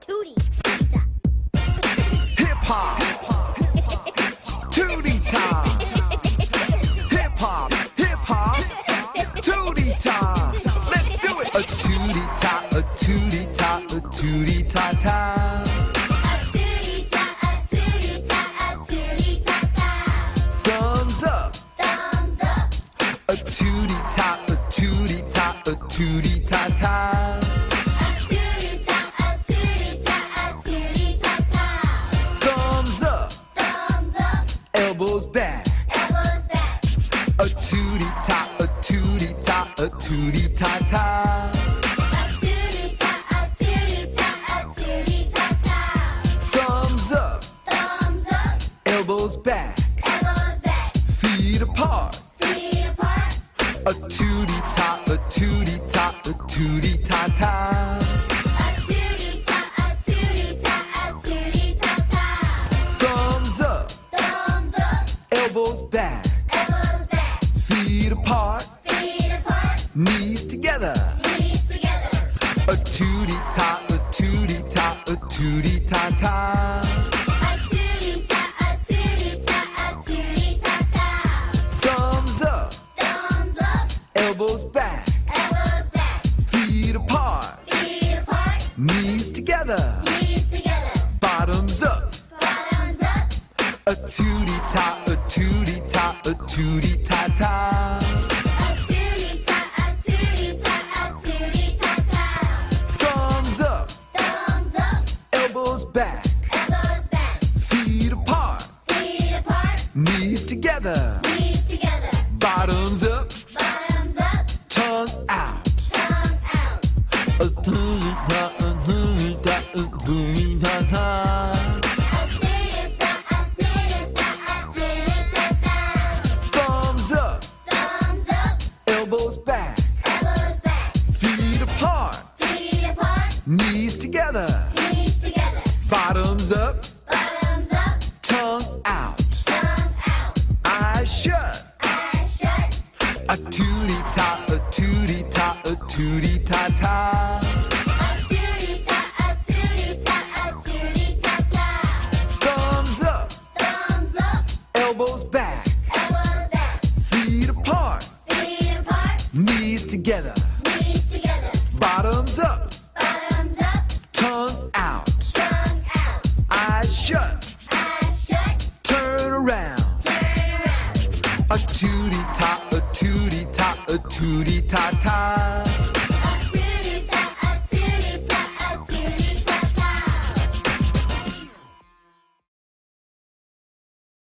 Tootie. Hip hop. Tootie time. Hip hop. Hip hop. Tootie time. Let's do it. A tootie ta, a tootie ta, a tootie ta ta. Thumbs up. A tootie ta, a tootie ta, a tootie ta ta. Thumbs up. Elbows back. A tootie ta, a tootie ta, a tootie ta ta. Thumbs up. Elbows back. Feet apart. A tootie ta, a tootie ta, a tootie ta ta. Thumbs up, elbows back, feet apart, knees together. A tootie ta, a tootie ta, a tootie ta ta. Thumbs up, elbows back, feet apart, knees together. Bottoms up, a tootie ta, a tootie ta, a tootie ta ta. Thumbs up, elbows back, feet apart, knees together. Bottoms up, tongue out. A tootie ta, a tootie ta, a tootie ta ta. Thumbs up, elbows back, feet apart, knees together, bottoms up, tongue out, eyes shut. A tootie ta, a tootie ta, a tootie ta ta. Thumbs up, elbows back, feet apart, knees together, bottoms up, tongue out, eyes shut, turn around. A tootie ta, a tootie ta, a tootie ta ta.